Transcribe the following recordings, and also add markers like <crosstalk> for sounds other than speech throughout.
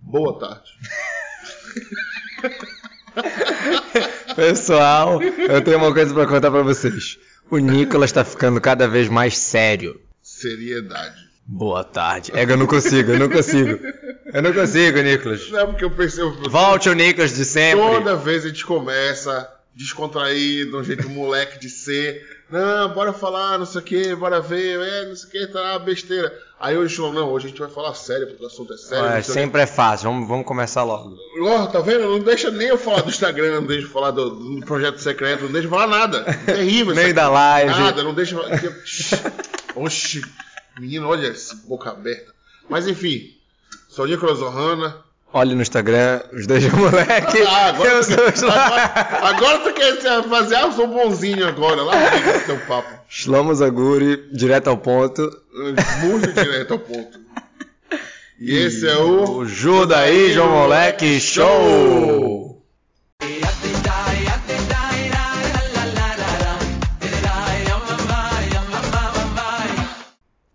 Boa tarde. Pessoal, eu tenho uma coisa pra contar pra vocês. O Nicolas tá ficando cada vez mais sério. Seriedade. Boa tarde. É que eu não consigo, eu não consigo. Eu não consigo, Nicolas. Não é porque eu pensei. eu- Volte o Nicolas de sempre. Toda vez a gente começa descontraído, um jeito moleque de ser. Não, bora falar, não sei o que, bora ver, é, não sei o que, tá besteira. Aí hoje falou, não, hoje a gente vai falar sério, porque o assunto é sério. É, não sei o quê. sempre é fácil, vamos, vamos começar logo. Ó, tá vendo? Não deixa nem eu falar do Instagram, não deixa eu falar do, do projeto secreto, não deixa eu falar nada. Terrível. Nem essa- da live. Nada, não deixa eu falar. Oxi, menino, olha esse boca aberta. Mas enfim, sou Nicolas Ohana. Olhe no Instagram, os dois <laughs> moleque. Ah, agora- eu sou o Shlomo- Agora tu quer se fazer, ah, eu sou bonzinho agora, lá vem teu papo. Shlomo Zaguri, direto ao ponto. Muito direto ao ponto. E esse é o. O Judaí, João Moleque, show!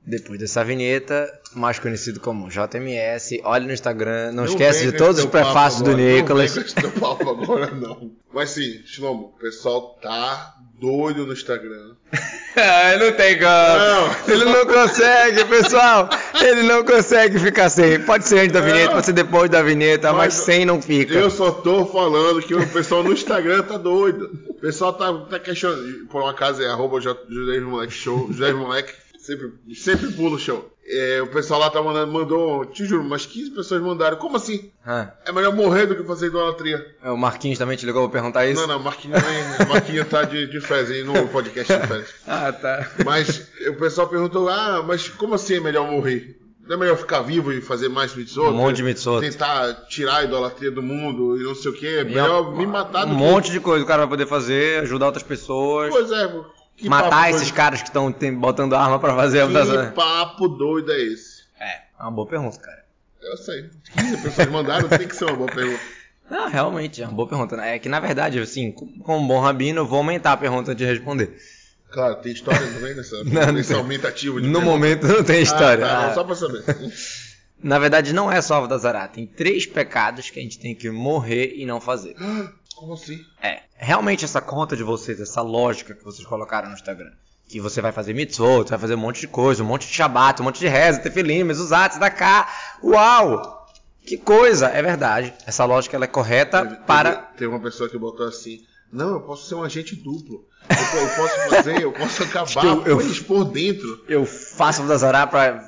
Depois dessa vinheta, mais conhecido como JMS, olhe no Instagram, não, esquece vem de com todos esse os teu papo prefácios do agora, Nicolas. Não vem com esse teu papo agora, não. Mas sim, Shlomo, o pessoal tá doido no Instagram. <laughs> Ah, não tem como. Não. Ele não consegue, pessoal. Ele não consegue ficar sem. Pode ser antes da vinheta, Não. pode ser depois da vinheta, mas, Mas sem não fica. Eu só tô falando que o pessoal no Instagram tá doido. O pessoal tá, tá questionando. Por um acaso é arroba José Moleque Show. José Moleque sempre, sempre pula o show. É, o pessoal lá tá mandando, mandou, te juro, umas 15 pessoas mandaram. Como assim? Ah, É melhor morrer do que fazer idolatria. É, o Marquinhos também te ligou pra perguntar isso? Não, não, Marquinhos, nem- Marquinhos tá de, de fezes no podcast de fezes. Ah, tá. Mas o pessoal perguntou: ah, mas como assim é melhor morrer? Não é melhor ficar vivo e fazer mais mitzvot? Um monte de mitzvot. Tentar tirar a idolatria do mundo e não sei o quê. É E melhor é me matar um do monte de coisa o cara vai poder fazer, ajudar outras que. pessoas, Pois é. Que matar papo esses doido. caras é um que estão botando arma pra fazer a Que papo doido é esse? É, é uma boa pergunta, cara. Eu sei. 15 pessoas mandaram, tem que ser uma boa pergunta. Não, realmente, é uma boa pergunta. né? É que, na verdade, assim, com- como um bom rabino, eu vou aumentar a pergunta antes de responder. Claro, tem história também nessa. Não, não nesse tem. aumentativo de No pergunta. momento não tem Ah, história. tá, Ah, Só pra saber. Na verdade, não é só Ava da Zará. Tem três pecados que a gente tem que morrer e não fazer. Como assim? É, realmente essa conta de vocês, essa lógica que vocês colocaram no Instagram, que você vai fazer mitzvot, vai fazer um monte de coisa, um monte de shabat, um monte de reza, tefilim, mezuzat, cá. Uau! Que coisa! É verdade. Essa lógica ela é correta Teve- para... Teve uma pessoa que botou assim: Não, eu posso ser um agente duplo. Eu, po- eu posso fazer, eu posso acabar Eu- eu- com eles por dentro. Eu faço Avodah Zará pra...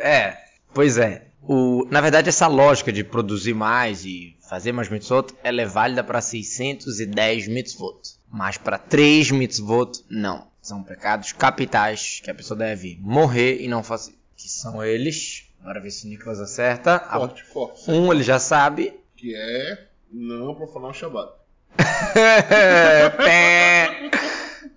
É, pois é. O, na verdade, essa lógica de produzir mais e fazer mais mitzvot, ela é válida para 610 mitzvot. Mas para 3 mitzvot, não. São pecados capitais que a pessoa deve morrer e não fazer. Que são eles... Bora ver se o Nicolas acerta. Forte, forte. Um ele já sabe. <laughs> Que é não profanar o Shabbat. Pé.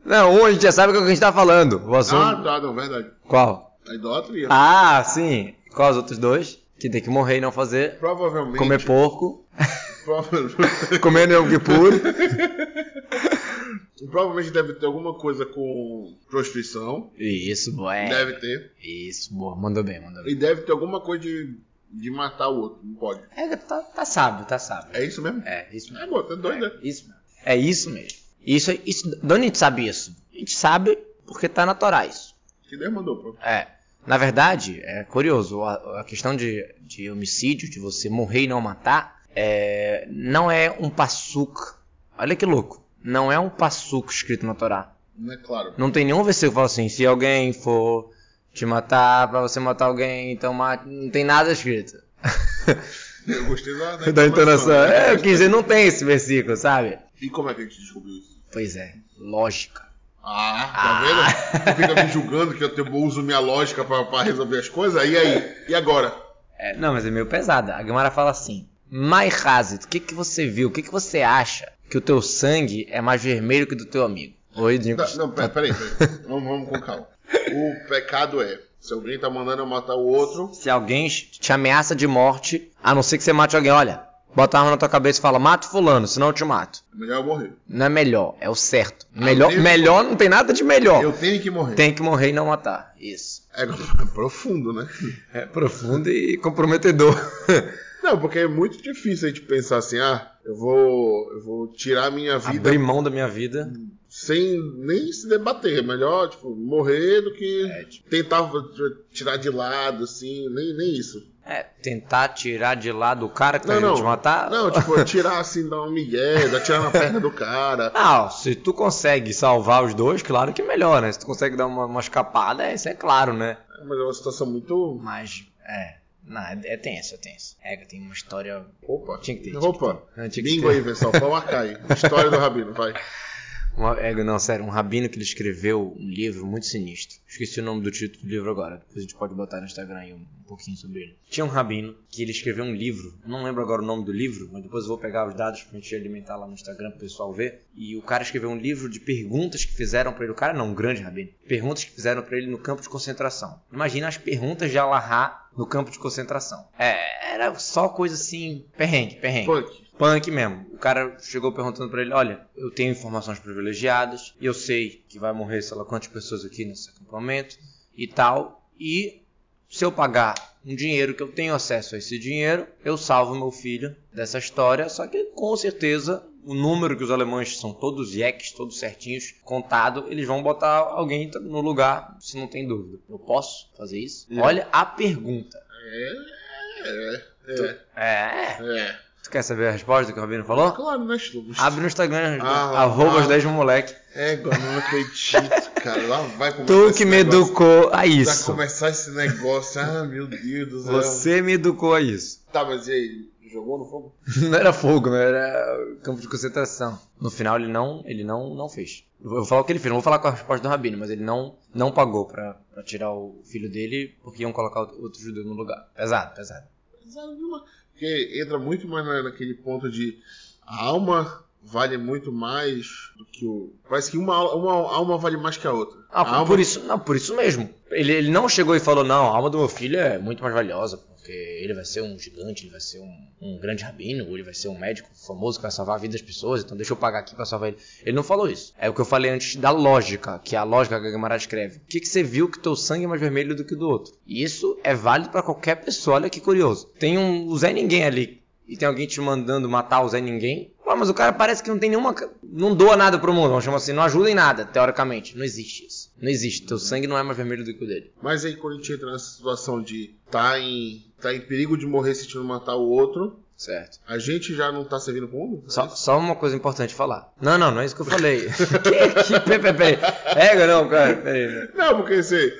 não, um a gente já sabe o que a gente tá falando. O Ah, assunto... tá, não, verdade. Qual? A idolatria. Ah, sim. Qual os outros dois? Que tem que morrer e não fazer. Provavelmente. <laughs> Comer porco. prova- Comer Yom Kippur. Provavelmente deve ter alguma coisa com prostituição. Isso, boé. Deve ter. Isso, boa. Mandou bem, mandou bem. E deve ter alguma coisa de, de matar o outro. Não pode. É, tá, tá sábio, tá sábio. É isso mesmo? É, isso mesmo. É, pô, tá doido, né? Isso mesmo. É isso mesmo. Isso, isso, de onde a gente sabe isso? A gente sabe porque tá na Torá isso. Que Deus mandou, pô. É. Na verdade, é curioso, a, a questão de, de homicídio, de você morrer e não matar, é, não é um passuco. Olha que louco. Não é um passuco escrito na Torá. Não é claro. Não tem nenhum versículo que fala assim, se alguém for te matar, pra você matar alguém, então mate. Não tem nada escrito. Eu gostei da, <laughs> da Da entonação. né? É, eu quis dizer, não tem esse versículo, sabe? E como é que a gente descobriu isso? Pois é, lógica. Ah, tá vendo? Tu fica me julgando que eu te- uso minha lógica pra, pra resolver as coisas. E aí? E agora? É, não, mas é meio pesada. A Gemara fala assim, Mai Hazit, o que, que você viu? O que, que você acha que o teu sangue é mais vermelho que o do teu amigo? Oi, Dinho. Não, não, pera- peraí, peraí. Vamos, vamos com calma. O pecado é, se alguém tá mandando eu matar o outro, Se alguém te ameaça de morte, a não ser que você mate alguém, olha, Bota a arma na tua cabeça e fala, mato fulano, senão eu te mato. Melhor eu morrer. Não é melhor, é o certo. Melhor, eu tenho- melhor não tem nada de melhor. Eu tenho que morrer. Tem que morrer e não matar. Isso. É <laughs> profundo, né? É profundo e <laughs> comprometedor. Não, porque é muito difícil a gente pensar assim, ah, eu vou, eu vou tirar minha vida Abrir mão da minha vida. sem nem se debater. É melhor, tipo, morrer do que tentar tirar de lado, assim, nem, nem isso. É, tentar tirar de lado o cara que tá Não, querendo não. te matar. Não, tipo, tirar assim, dar um migué, dar tirar na perna do cara. Não, se tu consegue salvar os dois, claro que é melhor, né? Se tu consegue dar uma, uma escapada, é, isso é claro, né? É, Mas é uma situação muito. Mas, é. Não, é, é tenso, é tenso. É, que tem uma história. Opa, Tinha que ter, tinha Opa, que ter. Não, tinha que bingo ter. aí, pessoal, pode marcar aí. História do Rabino, vai. Uma, é, não, sério, um rabino que ele escreveu um livro muito sinistro. Esqueci o nome do título do livro agora. Depois a gente pode botar no Instagram aí um, um pouquinho sobre ele. Tinha um rabino que ele escreveu um livro. Eu Não lembro agora o nome do livro, mas depois eu vou pegar os dados pra gente alimentar lá no Instagram pro pessoal ver. E o cara escreveu um livro de perguntas que fizeram pra ele. O cara não, um grande rabino. Perguntas que fizeram pra ele no campo de concentração. Imagina as perguntas de Allahá no campo de concentração. É, era só coisa assim, perrengue, perrengue. Punk. Punk mesmo. O cara chegou perguntando pra ele: Olha, eu tenho informações privilegiadas, eu sei que vai morrer, sei lá quantas pessoas aqui nesse acampamento e tal. E se eu pagar um dinheiro que eu tenho acesso a esse dinheiro, eu salvo meu filho dessa história. Só que com certeza, o número que os alemães são todos yeques, todos certinhos, contado, eles vão botar alguém no lugar, se não tem dúvida. Eu posso fazer isso? É. Olha a pergunta. É, é, É. é. Tu quer saber a resposta que o Rabino falou? Claro, né, Chilubos? Abre no Instagram, né, Ah, arroba os ah. 10 moleque. É, agora não acredito, cara. Lá vai começar. Tu esse que me negócio. educou a Vai isso. começar esse negócio. Ah, meu Deus do céu. Você me educou a isso. <laughs> Tá, mas e aí? Jogou no fogo? Não era fogo, né? era campo de concentração. No final ele não, ele não, não fez. Eu vou falar o que ele fez, não vou falar com a resposta do Rabino, mas ele não, não pagou pra, pra tirar o filho dele porque iam colocar outro judeu no lugar. Pesado, pesado. Sabe, uma- Porque entra muito mais na- naquele ponto de a alma vale muito mais do que o. Parece que uma, al- uma alma vale mais que a outra. Ah, a alma por isso, não, por isso mesmo. Ele, ele não chegou e falou, não, a alma do meu filho é muito mais valiosa, porque ele vai ser um gigante, ele vai ser um, um grande rabino, ou ele vai ser um médico famoso que vai salvar a vida das pessoas, então deixa eu pagar aqui pra salvar ele. Ele não falou isso. É o que eu falei antes da lógica, que é a lógica que a Guimarães escreve. O que, que você viu que teu sangue é mais vermelho do que o do outro? E isso é válido pra qualquer pessoa, olha que curioso. Tem um o Zé Ninguém ali, e tem alguém te mandando matar o Zé Ninguém. Ué, mas o cara parece que não tem nenhuma. ca- Não doa nada pro mundo. Vamos chamar assim, não ajuda em nada, teoricamente. Não existe isso. Não existe. Teu sangue não é mais vermelho do que o dele. Mas aí quando a gente entra nessa situação de tá em, tá em perigo de morrer se a gente não matar o outro, Certo. a gente já não tá servindo pro mundo? Só, só uma coisa importante falar. Não, não, não é isso que eu falei. <laughs> que, que, peraí, peraí. Pega, não, cara. Peraí. Não, porque você.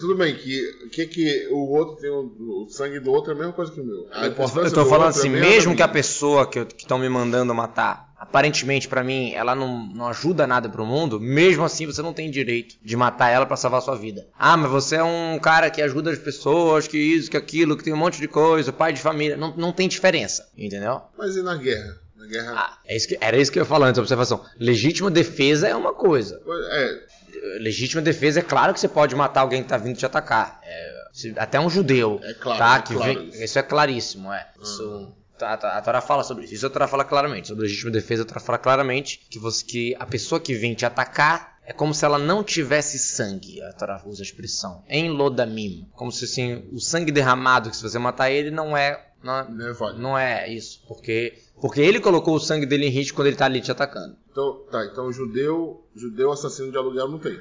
Tudo bem que, que, que o outro tem um- o sangue do outro é a mesma coisa que o meu. A Eu tô, importância eu tô do falando outro é assim, mesma mesmo da que a minha. pessoa que estão me mandando matar, aparentemente pra mim, ela não, não ajuda nada pro mundo, mesmo assim você não tem direito de matar ela pra salvar a sua vida. Ah, mas você é um cara que ajuda as pessoas, que isso, que aquilo, que tem um monte de coisa, pai de família, não, não tem diferença, entendeu? Mas e na guerra? Na guerra. Ah, é isso que- era isso que eu ia falar antes, observação. Legítima defesa é uma coisa. É, Legítima defesa é claro que você pode matar alguém que tá vindo te atacar. É, se- até um judeu. É claro, tá? é que claro vem- isso. Hum. isso é claríssimo, é. Isso. tá, tá, A Torá fala sobre isso. Isso a Torá fala claramente. Sobre legítima defesa, a Torá fala claramente que, você, que a pessoa que vem te atacar é como se ela não tivesse sangue. A Torá usa a expressão. Em Lodamim. Como se assim, o sangue derramado, que se você matar ele, não é. Não é, né, vale. não é isso. Porque, porque ele colocou o sangue dele em risco quando ele tá ali te atacando. Então, tá, então judeu, judeu assassino de aluguel não tem.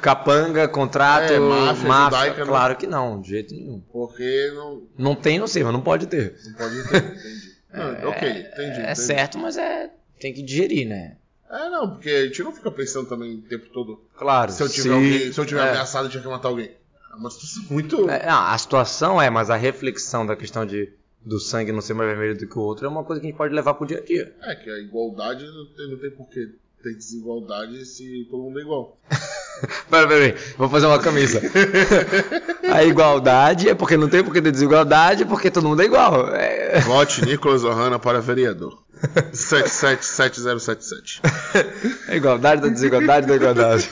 Capanga, contrato, É, máfia, máfia judaica, né? não- claro que não, de jeito nenhum. Porque não, Não tem, não sei, mas não pode ter. não pode <laughs> ter, entendi. Não, ok, entendi. É entendi. certo, mas é tem que digerir, né? É, não, porque a gente não fica pensando também o tempo todo. Claro. Se eu tiver, se- alguém, se eu tiver é. ameaçado, eu tinha que matar alguém. É uma situação muito. É, não, a situação é, mas a reflexão da questão de do sangue não ser mais vermelho do que o outro é uma coisa que a gente pode levar pro dia a dia. É, que a igualdade não tem, não tem porquê ter desigualdade se todo mundo é <laughs> igual. Pera, pera, pera, vou fazer <laughs> uma camisa. a igualdade é porque não tem porque ter desigualdade, porque todo mundo é igual. É, Vote Nicolas Ohana para <laughs> vereador. 777077. é <laughs> a igualdade da desigualdade da igualdade.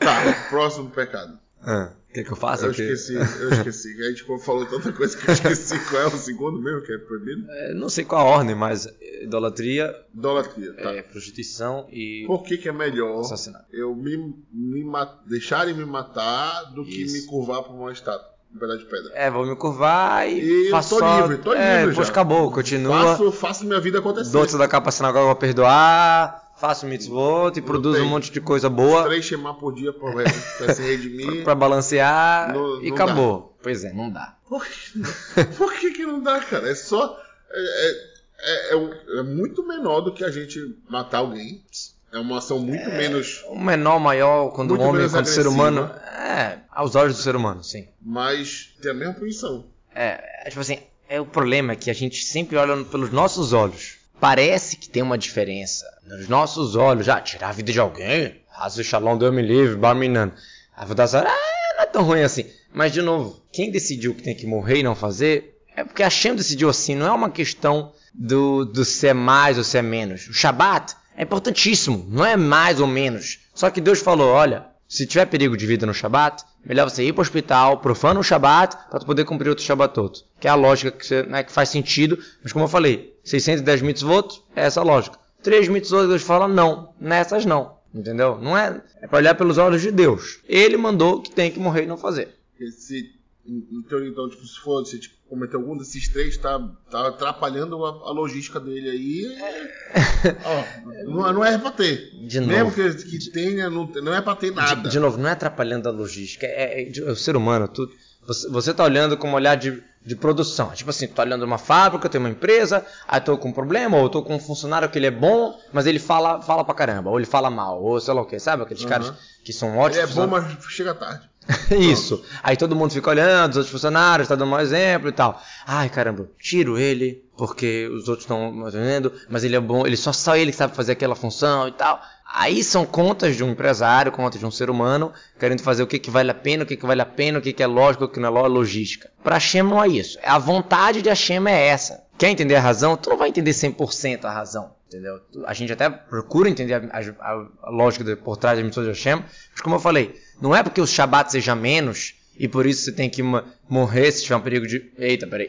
Tá, próximo pecado. Ah, O que, que eu faço? Eu O quê? esqueci, eu esqueci. A gente falou tanta coisa que eu esqueci qual é o segundo mesmo, que é proibido. É, não sei qual a ordem, mas idolatria, Idolatria, tá? é, prostituição e Por que, que é melhor assassinato. eu me, me ma- deixarem me matar do que Isso. me curvar por uma estátua, um pedaço de pedra? É, vou me curvar e, E faço tô só- livre, tô é, livre Depois já. acabou, continua. Faço, faço minha vida acontecer. Dou da capa sinagoga pra perdoar, faço mitzvot e produzo tem. um monte de coisa boa Três chamar por dia pra, pra se redimir. pra balancear Não- e não acabou. Pois é, não dá. Por que, não- por que que não dá, cara? É só. É, é- é- é um- é muito menor do que a gente matar alguém. É uma ação muito menos. O menor, maior, quando Muito o homem, menos quando o ser agressivo, humano. É, aos olhos do ser humano, sim. Mas tem a mesma punição. É, é, tipo assim, é o problema é que a gente sempre olha pelos nossos olhos. Parece que tem uma diferença. Nos nossos olhos, já tirar a vida de alguém, Razo Shalom, Deus me livre, barminando. A vida só, ah, não é tão ruim assim. Mas, de novo, quem decidiu que tem que morrer e não fazer, é porque a Shem decidiu assim, não é uma questão do, do se é mais ou se é menos. O Shabat é importantíssimo, não é mais ou menos. Só que Deus falou, olha, se tiver perigo de vida no Shabat, melhor você ir para o hospital, profana o Shabat, para tu poder cumprir outro Shabatot. Que é a lógica que, você- né, que faz sentido, mas como eu falei, 610 mitzvot é essa a lógica. Três mitzvot Deus fala não, nessas não. Entendeu? Não é, é para olhar pelos olhos de Deus. Ele mandou que tem que morrer e não fazer. Porque Se, então, então, tipo, se for, se tipo, cometer algum desses três, tá, tá atrapalhando a, a logística dele aí. Ó, não, não é pra ter. É. De Mesmo novo. que, que tenha, não, não é pra ter nada. De, de novo, não é atrapalhando a logística, é, é de- é o ser humano. Tu, você, você tá olhando com um olhar de, de produção. Tipo assim, tu tá olhando uma fábrica, eu tenho uma empresa, aí tô com um problema, ou eu tô com um funcionário que ele é bom, mas ele fala, fala pra caramba, ou ele fala mal, ou sei lá o que, sabe? Aqueles Uhum. caras que são Ele ótimos. é bom, mas chega tarde. <laughs> Isso. Aí todo mundo fica olhando, os outros funcionários, tá dando mau exemplo e tal. Ai, caramba, tiro ele, porque os outros estão entendendo, mas ele é bom, ele só só ele que sabe fazer aquela função e tal. Aí são contas de um empresário, contas de um ser humano, querendo fazer o que, que vale a pena, o que, que vale a pena, o que, que é lógico, o que não é lógico, logística. Pra Hashem não é isso. A vontade de Hashem é essa. Quer entender a razão? Tu não vai entender 100% a razão, entendeu? Tu- A gente até procura entender a, a- a- a lógica de- por trás da missão de Hashem, mas como eu falei, não é porque o Shabat seja menos e por isso você tem que mo- morrer se tiver um perigo de... Eita, peraí.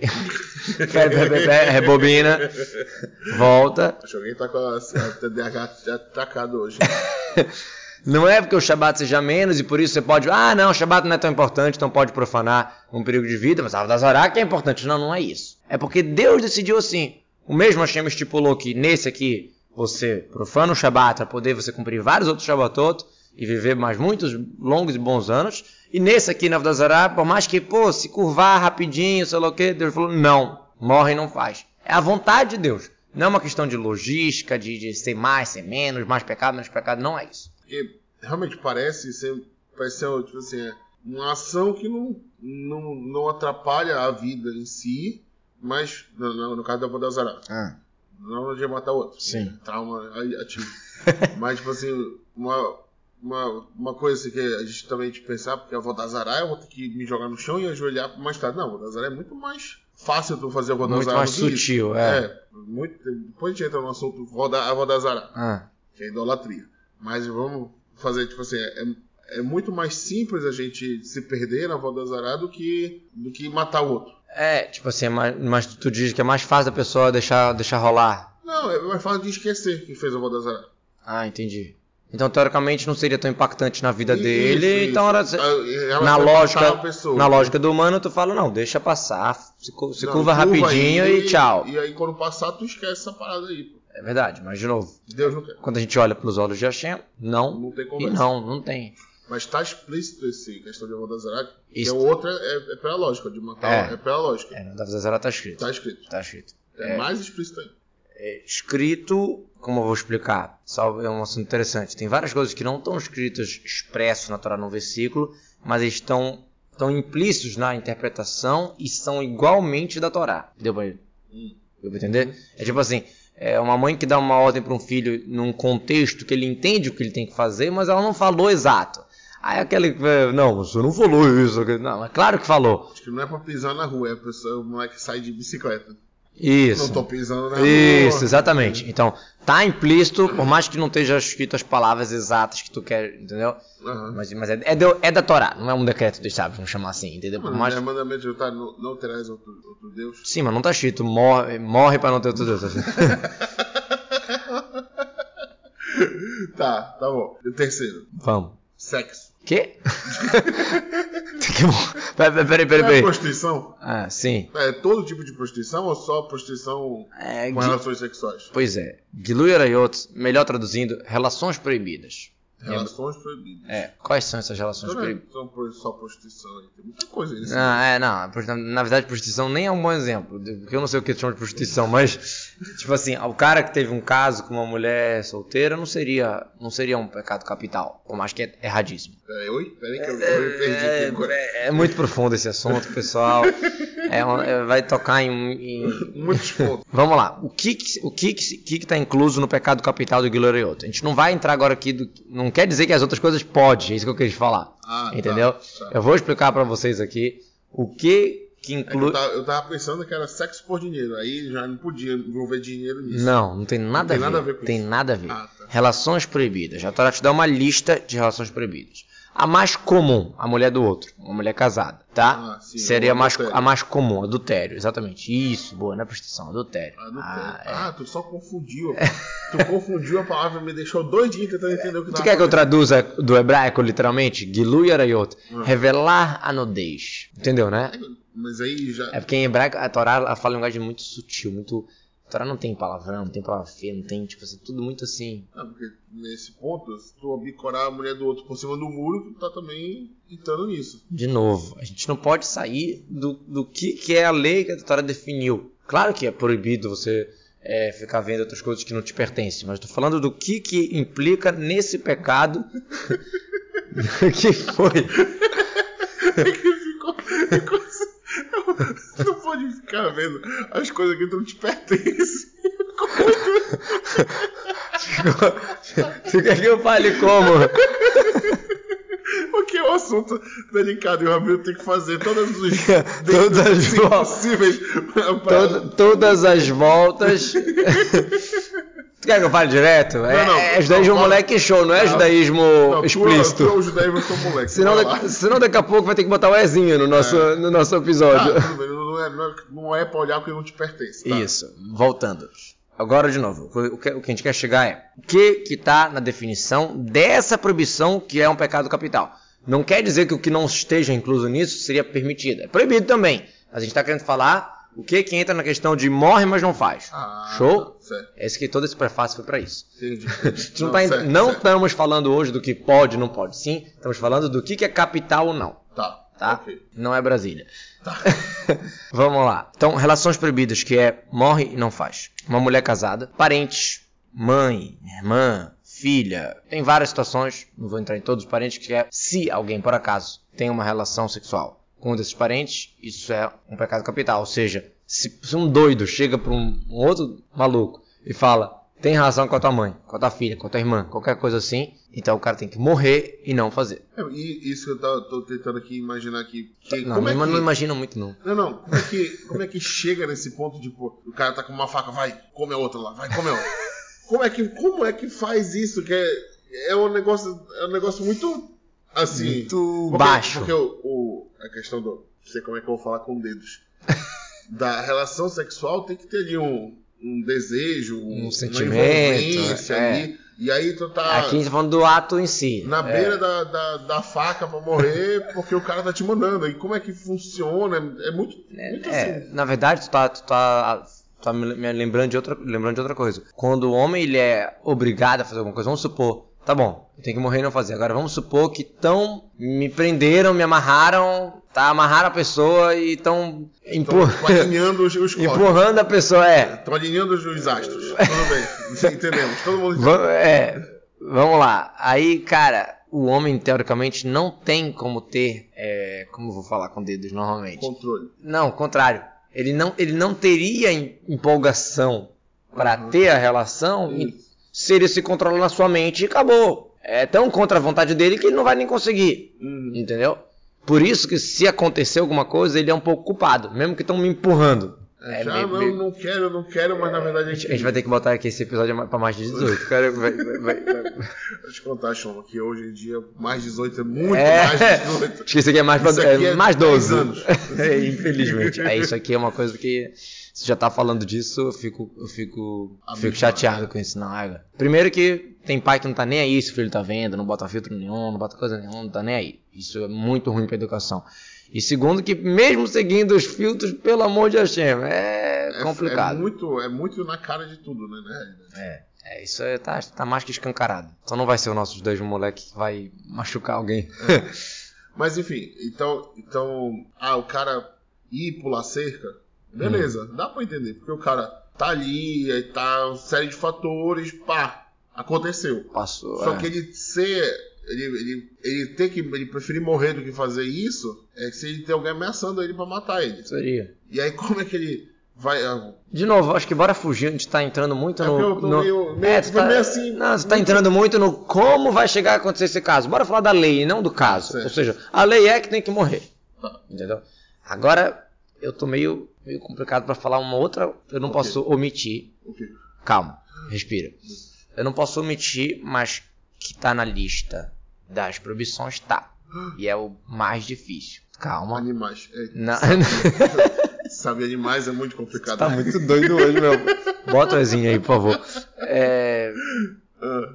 Pera, pera, pera, pera, rebobina. é Volta. Acho que alguém tá com a, a TDAH atacado hoje. Não é porque o Shabat seja menos e por isso você pode... Ah, não, o Shabat não é tão importante, então pode profanar um perigo de vida, mas a Avdazará que é importante. Não, não é isso. É porque Deus decidiu assim. O mesmo Hashem estipulou que nesse aqui você profana o Shabat para poder você cumprir vários outros Shabatot e viver mais muitos longos e bons anos. E nesse aqui na Avdazará, por mais que, pô, se curvar rapidinho, sei lá o quê, Deus falou, não, morre e não faz. É a vontade de Deus. Não é uma questão de logística, de, de ser mais, ser menos, mais pecado, menos pecado, não é isso. Porque realmente parece ser, parece ser tipo assim, é uma ação que não, não, não atrapalha a vida em si, mas no, no- no caso da Vodazara, não de matar outro. Sim. Trauma aí, <laughs> ativo. mas tipo assim, uma, uma, uma coisa assim que a gente também tem que pensar, porque a Vodazara eu vou ter que me jogar no chão e ajoelhar pra uma estátua. Não, a Vodazara é muito mais fácil tu fazer a Vodazara Muito mais do que isso. sutil, É, é. muito, depois a gente entra no assunto roda, a Vodazara Ah, que é idolatria. Mas vamos fazer, tipo assim, é, é muito mais simples a gente se perder na Vodazará do que, do que matar o outro. É, tipo assim, é mais- mas tu diz que é mais fácil a pessoa deixar, deixar rolar, Não, é mais fácil de esquecer que fez a Vodazará. Ah, entendi. Então, teoricamente, não seria tão impactante na vida Isso, dele. isso. Então, era- Ah, em relação na, a matar lógica, uma pessoa. na lógica do humano, tu fala, não, deixa passar, se, cu- se Não, curva rapidinho aí, e tchau. E aí quando passar, tu esquece essa parada aí. pô. É verdade, mas de novo, Deus não quer. quando a gente olha pelos olhos de Hashem, não, Não tem e conversa. não, não tem. Mas tá explícito esse questão de Vodazará. Que Isso. a outra é, é pela lógica, de matar É. é, pela lógica. É, não dá pra fazer zero, tá escrito. Tá escrito. Tá escrito. É, mais explícito ainda. É, escrito, como eu vou explicar, só é um assunto interessante. Tem várias coisas que não estão escritas expresso na Torá no versículo, mas eles estão, estão implícitos na interpretação e são igualmente da Torá. Deu pra Hum. Deu pra entender? É tipo assim, é uma mãe que dá uma ordem para um filho num contexto que ele entende o que ele tem que fazer, mas ela não falou exato. Aí aquele, que, eh, não, você não falou isso. aquele- Não, é claro que falou. Acho que não é pra pisar na rua, é a pessoa, o moleque sai de bicicleta. Isso. Não tô pisando na Isso, rua. exatamente. Então, tá implícito, por mais que não esteja escrito as palavras exatas que tu quer, entendeu? Aham. Mas, mas é, é do- é da Torá, não é um decreto do Estado, vamos chamar assim, entendeu? Por Mano, mais... mas... mandamento de vontade, tá, não, não terás outro, outro Deus. <laughs> Sim, mas não tá escrito, morre, morre pra não ter outro Deus. <laughs> Tá, tá bom. E o terceiro, Vamos. sexo. Quê? <laughs> Que bom. Peraí, peraí, peraí. É peraí. prostituição? Ah, sim. É todo tipo de prostituição ou só prostituição É, com Gui- relações sexuais? Pois é. Gilui Arayot, melhor traduzindo, relações proibidas. Relações proibidas. É, quais são essas relações Não é proibidas? só pro- só prostituição, aí, tem muita coisa nisso. Não, é, não. a prosti- Na verdade, prostituição nem é um bom exemplo. de- Porque eu não sei o que chama de prostituição, mas, tipo assim, o cara que teve um caso com uma mulher solteira não seria, não seria um pecado capital. Por mais que é erradíssimo. Peraí, oi? Peraí que eu, eu me perdi aqui agora. É, é muito profundo esse assunto, pessoal. É um- é, vai tocar em, em- Muitos pontos. Vamos lá. O que que, o que, que, que que tá incluso no pecado capital do Glorioto? A gente não vai entrar agora aqui. Do, não quer dizer que as outras coisas pode. É isso que eu quis falar. Ah, tá, entendeu? tá. Eu vou explicar para vocês aqui o que É que que eu, inclui. tava, eu tava pensando que era sexo por dinheiro, aí já não podia envolver dinheiro nisso. Não, não tem nada, Não tem a, ver. nada a ver com Tem isso. nada a ver. Ah, tá. Relações proibidas. A Torá te dá uma lista de relações proibidas. A mais comum, a mulher do outro, uma mulher casada, tá? Ah, sim, Seria a o mais, adultério. a mais comum, adultério, exatamente. Isso, boa, não é prostituição, adultério. Ah, não Ah, tem. é. Ah, tu só confundiu. tu confundiu a palavra, me deixou dois dias tentando entender o que Tu tava quer que eu traduza do hebraico literalmente? Gilu Yarayot. Revelar a nudez. Entendeu, né? falando. Mas aí já. É porque em hebraico a Torá ela fala uma linguagem muito sutil, muito. A Torá não tem palavrão, não tem palavra feia, não tem, tipo assim, tudo muito assim. Ah, porque nesse ponto, se tu bicorar a mulher do outro por cima do muro, tu tá também entrando nisso. De novo, a gente não pode sair do, do que, que é a lei que a Torá definiu. Claro que é proibido você é, ficar vendo outras coisas que não te pertencem, mas estou falando do que, que implica nesse pecado. <laughs> O que foi? Ficou- ficou assim. Eu- Não pode ficar vendo as coisas que não te pertencem. Tu quer que eu fale como? Porque é um assunto delicado e o Ramiro tem que fazer todas os Todas as voltas. possíveis pra- pra- Toda- todas as <laughs> voltas. tu quer que eu fale direto? é, Não, não. é judaísmo Não, fala. moleque show, não é Não. judaísmo Não, tu- explícito. Tu é o judaísmo, eu sou moleque. Senão, vai daqui, lá. senão daqui a pouco vai ter que botar o Ezinho no nosso, no nosso episódio. É. Ah, tudo bem, não, é, não, é, não é pra olhar porque não te pertence. Tá? Isso, voltando. Agora de novo, o que, o que a gente quer chegar é o que que tá na definição dessa proibição que é um pecado capital. Não quer dizer que o que não esteja incluso nisso seria permitido. É proibido também. Mas a gente está querendo falar o que que entra na questão de morre mas não faz. Ah, Show? Certo. Esse que todo esse prefácio foi para isso. Entendi. <laughs> A gente não, tá, certo, não certo. estamos falando hoje do que pode ou não pode. Sim, estamos falando do que que é capital ou não Tá. tá? ok. Não é Brasília. Tá. <laughs> Vamos lá. Então, relações proibidas, que é morre e não faz. Uma mulher casada, parentes, mãe, irmã, filha. Tem várias situações, não vou entrar em todos os parentes, que é se alguém, por acaso, tem uma relação sexual com um desses parentes, isso é um pecado capital. Ou seja, se, se um doido chega para um, um outro maluco e fala. Tem razão com a tua mãe, com a tua filha, com a tua irmã, qualquer coisa assim. Então o cara tem que morrer e não fazer. É, E isso que eu tava- tô tentando aqui imaginar aqui. que- Não, como é mas que... não imagina muito não. Não, não. Como é, que, como é que chega nesse ponto de, pô, o cara tá com uma faca, vai, come a outra lá, vai, come a outra. Como é que, como é que faz isso? Que é, é, um negócio, é um negócio muito, assim... Muito porque- baixo. Porque o, o- a questão do... Não sei como é que eu vou falar com <laughs> dedos. Da relação sexual tem que ter ali um, um desejo, um, uma sentimento, envolvência é. ali. E aí tu tá... Aqui a gente tá falando do ato em si. É, Na beira da, da, da faca pra morrer, porque o cara tá te mandando. E como é que funciona? É muito, muito É, assim. na verdade, tu tá, tu tá, tu tá me me lembrando de, outra, lembrando de outra coisa. Quando o homem ele é obrigado a fazer alguma coisa, vamos supor, tá bom, eu tenho que morrer e não fazer. Agora vamos supor que tão me prenderam, me amarraram, tá, amarraram a pessoa e tão Estão empur... Então, alinhando os, <laughs> os corpos. empurrando a pessoa, é. Estão alinhando os, os astros. Tudo bem. Entendemos. Todo mundo entende. Va- é, vamos lá. Aí, cara, o homem, teoricamente, não tem como ter, é, como eu vou falar com dedos normalmente? Controle. Não, contrário. Ele não, ele não teria em- empolgação para ter a relação e se ele se controla na sua mente e acabou. É tão contra a vontade dele que ele não vai nem conseguir. Uhum. Entendeu? Por isso que se acontecer alguma coisa, ele é um pouco culpado, mesmo que estão me empurrando. É, É, É já meio- não, meio- não quero, não quero, mas na verdade A a gente, gente, a gente vai ter que botar aqui esse episódio pra mais de 18. Cara, vai- vai- vai- vai- Vou te contar, Choma, que hoje em dia mais 18 é muito É. mais 18. <laughs> Acho que isso aqui é mais, pra, Isso é aqui é mais 10 12 anos. <laughs> É, Infelizmente. É, isso aqui é uma coisa que. Se já tá falando disso, eu fico, eu fico, fico Abismado. chateado com isso, não, é, cara? Primeiro que tem pai que não tá nem aí se o filho tá vendo, não bota filtro nenhum, não bota coisa nenhuma, não tá nem aí. Isso é muito ruim pra educação. E segundo que mesmo seguindo os filtros, pelo amor de Hashem, é, É- complicado. É muito, é muito na cara de tudo, né? né? É, é isso aí tá, tá mais que escancarado. Só não vai ser o nosso dois moleque que vai machucar alguém. Mas enfim, então, então, ah, o cara ir pular cerca, beleza, Uhum. dá pra entender, porque o cara tá ali, aí tá uma série de fatores, pá, aconteceu. Passou. Só é. que ele ser. Ele, ele, ele ter que. Ele preferir morrer do que fazer isso. É se ele tem alguém ameaçando ele pra matar ele. Seria. E aí <laughs> como é que ele vai. ah, De novo, acho que bora fugir, a gente tá entrando muito É no. porque eu tô no- meio- meio- tu tô meio assim, Não, você tá entrando muito no como vai chegar a acontecer esse caso. Bora falar da lei, não do caso. Certo. Ou seja, a lei é que tem que morrer. Tá. Entendeu? Agora, eu tô meio, meio complicado pra falar uma outra. Eu não Ok. posso omitir. O quê? Calma, respira. Eu não posso omitir, mas que tá na lista das proibições tá. E é o mais difícil. Calma. Animais. É, Não, <laughs> saber animais é muito complicado. tá muito doido hoje, meu. Bota o Ezinho aí, por favor. <laughs> É, Ah,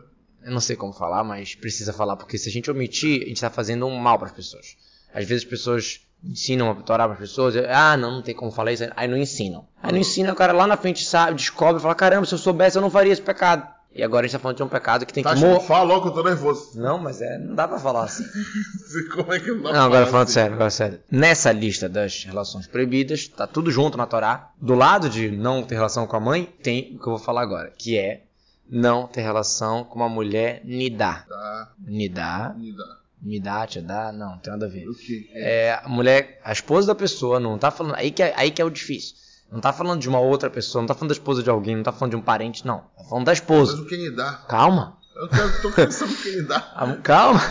eu não sei como falar, mas precisa falar, porque se a gente omitir, a gente tá fazendo um mal pras pessoas. Às vezes as pessoas ensinam a torar pras pessoas, ah, não, não tem como falar isso, aí não ensinam. Aí não ensina, o cara lá na frente sabe, descobre, fala, caramba, se eu soubesse eu não faria esse pecado. E agora a gente tá falando de um pecado que tem tá, que morrer. fala logo que eu tô nervoso. <laughs> Não, mas é, não dá pra falar assim. Como é que não dá pra Não, falar agora falando assim? sério, agora sério. Nessa lista das relações proibidas, tá tudo junto na Torá. Do lado de não ter relação com a mãe, tem o que eu vou falar agora, que é não ter relação com uma mulher nidá. Tá, Nidá, me dá. nidá, te dá, não, tem nada a ver. O quê? É, a mulher, a esposa da pessoa, não tá falando, aí que é, aí que é o difícil. Não tá falando de uma outra pessoa, não tá falando da esposa de alguém, não tá falando de um parente, não. Tá falando da Mas esposa. o que me dá? Calma. Eu quero, tô pensando o que me dá. A, calma! <laughs>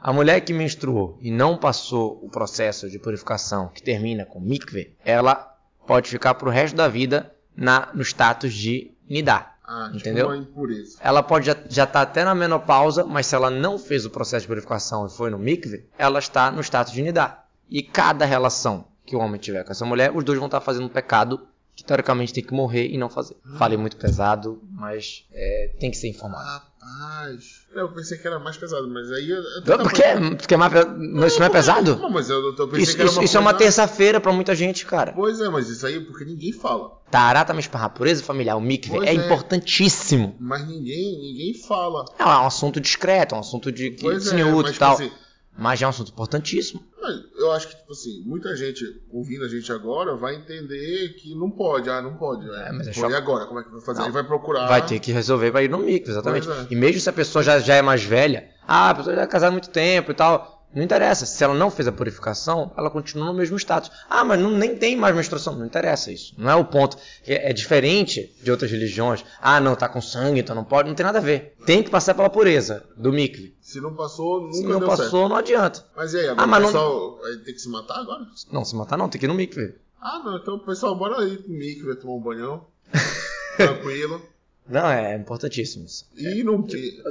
A mulher que menstruou e não passou o processo de purificação que termina com mikve, ela pode ficar pro resto da vida na, no status de nidá. Ah, Entendeu? tipo uma impureza. Ela pode já estar até na menopausa, mas se ela não fez o processo de purificação e foi no mikve, ela está no status de nidá. E cada relação que o homem tiver com essa mulher, os dois vão estar fazendo um pecado que teoricamente tem que morrer e não fazer. Falei muito pesado, mas é, tem que ser informado. Rapaz. Eu pensei que era mais pesado, mas aí eu, eu Não, Porque, porque é mais pe- não, isso não é pesado? Não, mas eu, eu pensei Isso, que era isso- uma isso é uma coisa- terça-feira pra muita gente, cara. Pois é, mas isso aí é porque ninguém fala. Tarata Mishpah, pureza familiar, o mikve Pois é, é. importantíssimo. Mas ninguém, ninguém fala. É um assunto discreto, é um assunto de que Pois é, senhor mas, e tipo tal. assim, Mas é um assunto importantíssimo. mas eu acho que, tipo assim, muita gente ouvindo a gente agora vai entender que não pode, ah, não pode. É, É, mas é pô, choque. e agora? Como é que vai fazer? Não. Ele vai procurar. Vai ter que resolver pra ir no mikve, exatamente. Pois é. E mesmo se a pessoa já, já é mais velha, ah, a pessoa já é casada há muito tempo e tal. Não interessa, se ela não fez a purificação, ela continua no mesmo status. Ah, mas não, nem tem mais menstruação. Não interessa isso. Não é o ponto. É, é diferente de outras religiões. Ah, não, tá com sangue, então não pode. Não tem nada a ver. Tem que passar pela pureza do mikve. Se não passou, nunca Se não deu passou, certo. não adianta. Mas e aí, agora Ah, mas o não- pessoal vai ter que se matar agora? Não, se matar não, tem que ir no mikve. Ah, não, então, pessoal, bora aí comigo, vai tomar um <laughs> banhão. Tranquilo. Não, é importantíssimo isso. E não.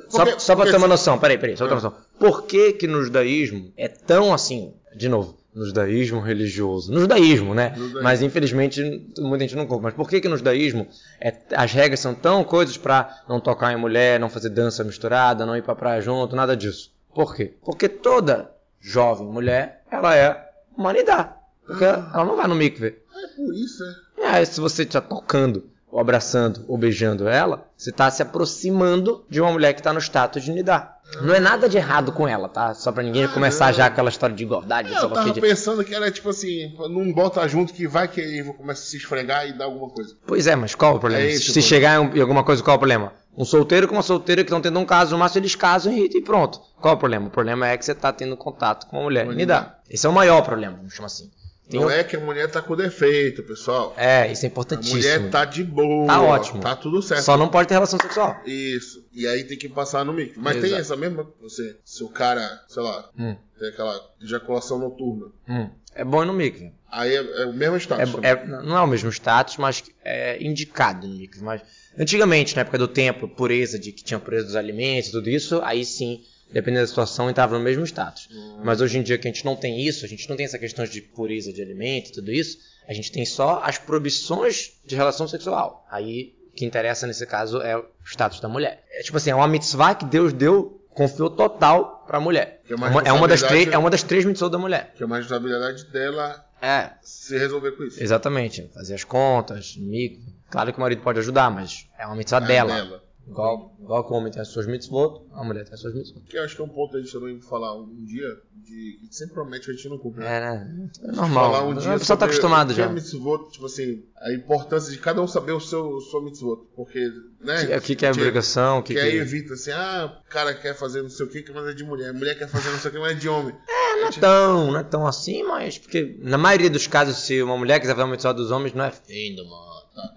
Só, porque- só pra porque ter uma noção, peraí, peraí, só pra ter Ah. uma noção. Por que que no judaísmo é tão assim, de novo, no judaísmo religioso, no judaísmo, né? No judaísmo. Mas infelizmente muita gente não compra. Mas por que que no judaísmo é- as regras são tão coisas pra não tocar em mulher, não fazer dança misturada, não ir pra praia junto, nada disso? Por quê? Porque toda jovem mulher, ela é humanidade. Porque Ah. ela não vai no mikve. É por isso, é. É, se você está tocando, ou abraçando, ou beijando ela, você está se aproximando de uma mulher que está no status de nidar. Não é nada de errado com ela, tá? Só pra ninguém Ah, começar não. já aquela história de igualdade, sei Eu lá o tava que. de- pensando que era tipo assim, não bota junto que vai que ele começa a se esfregar e dar alguma coisa. Pois é, mas qual o problema? É isso, Se pô. chegar em, um- em alguma coisa, qual é o problema? Um solteiro com uma solteira que estão tendo um caso, no máximo eles casam e, e pronto. Qual é o problema? O problema é que você está tendo tá contato com uma mulher Uma nidar. Esse é o maior problema, vamos chamar assim. Tem Não o- é que a mulher tá com defeito, pessoal. É, isso A é importantíssimo. mulher tá de boa. Tá ótimo. Tá tudo certo. Só não pode ter relação sexual. Isso. E aí tem que passar no micro. Mas tem Exato. essa mesma. Você, se o cara, sei lá, Hum, tem aquela ejaculação noturna. hum. É bom ir no micro. Aí é, é o mesmo status. É- é- não é o mesmo status, mas é indicado no micro. Mas antigamente, na época do templo, pureza de que tinha pureza dos alimentos, tudo isso, aí sim, dependendo da situação, entrava no mesmo status. Hum. Mas hoje em dia que a gente não tem isso, a gente não tem essa questão de pureza de alimentos, tudo isso, a gente tem só as proibições de relação sexual. Aí o que interessa nesse caso é o status da mulher. É tipo assim, é uma mitzvah que Deus deu, confiou total pra mulher. Que É é uma uma, é uma das três, responsabilidade- é uma das três mitzvot da mulher. Que é uma responsabilidade dela É, se resolver com isso. Exatamente, fazer as contas, mico. Claro que o marido pode ajudar, mas é uma mitzvah É dela. Igual, igual que o homem tem as suas mitzvot, a mulher tem as suas mitzvot. Que eu acho que é um ponto aí que eu não ia falar um dia, de que sempre promete a gente não cumpre. É, né? É Falar normal. um o dia pessoal sobre tá acostumado o que é já. mitzvot, tipo assim, a importância de cada um saber o seu, o seu mitzvot. Porque, né? O que, que é obrigação, o que, Que, que aí é... evita assim, ah, o cara quer fazer não sei o que, mas é de mulher. Mulher quer fazer não sei o que, mas é de <laughs> homem. Não é tão, não é tão assim, mas... Porque na maioria dos casos, se uma mulher quiser fazer uma mitzvah dos homens, não é fim do mundo.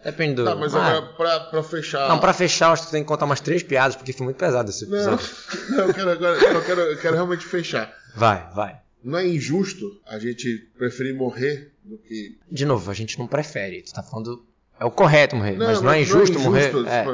Depende do... Tá, mas Ah, agora pra, pra fechar. Não, pra fechar, eu acho que tu tem que contar umas três piadas, porque foi muito pesado esse Não, <laughs> episódio. não, eu quero agora, eu quero, eu quero realmente fechar. Vai, vai. Não é injusto a gente preferir morrer do que. De novo, a gente não prefere. Tu tá falando... É o correto morrer, mas não é mas injusto, morrer... tipo, é.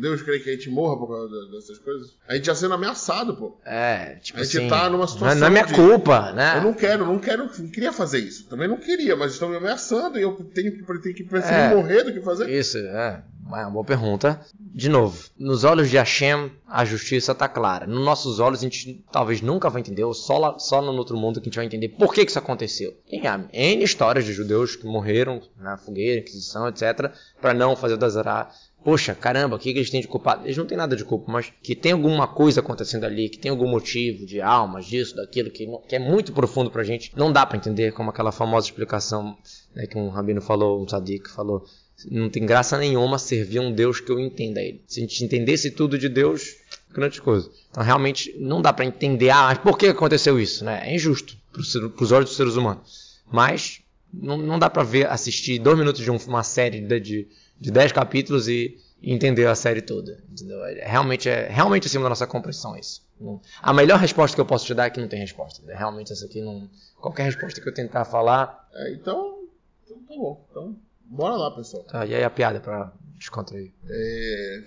Deus crê que a gente morra por causa da- dessas coisas. A gente tá sendo ameaçado, pô. É, tipo A gente assim, tá numa não é- situação Não é minha de- culpa, né? Eu não quero, não quero, não queria fazer isso. Também não queria, mas estão me ameaçando e eu tenho que, tenho que preferir É. morrer do que fazer. Isso, é. É uma boa pergunta. De novo, nos olhos de Hashem, a justiça tá clara. Nos nossos olhos, a gente talvez nunca vai entender, ou só, lá, só no outro mundo que a gente vai entender por que, que isso aconteceu. Tem ah, N histórias de judeus que morreram na fogueira, Inquisição, etc., para não fazer o Dazará. Poxa, caramba, o que, que eles têm de culpado? Eles não têm nada de culpa, mas que tem alguma coisa acontecendo ali, que tem algum motivo de almas, disso, daquilo, que, não- que é muito profundo pra gente. Não dá pra entender como aquela famosa explicação né, que um rabino falou, um sadique falou, não tem graça nenhuma servir um Deus que eu entenda ele. Se a gente entendesse tudo de Deus, grande coisa. Então realmente não dá pra entender, ah, mas por que aconteceu isso? Né? É injusto pro ser- pros olhos dos seres humanos. Mas não, não dá pra ver, assistir dois minutos de um- uma série de, de, de dez capítulos e entender a série toda. entendeu? É- Realmente é realmente acima da nossa compreensão isso. Não- A melhor resposta que eu posso te dar é que não tem resposta. né? Realmente essa aqui não. Qualquer resposta que eu tentar falar. É, então, então tá bom. Então, bora lá, pessoal. Tá, e aí a piada pra descontrair. É,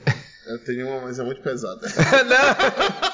eu tenho uma, mas é muito pesada. não!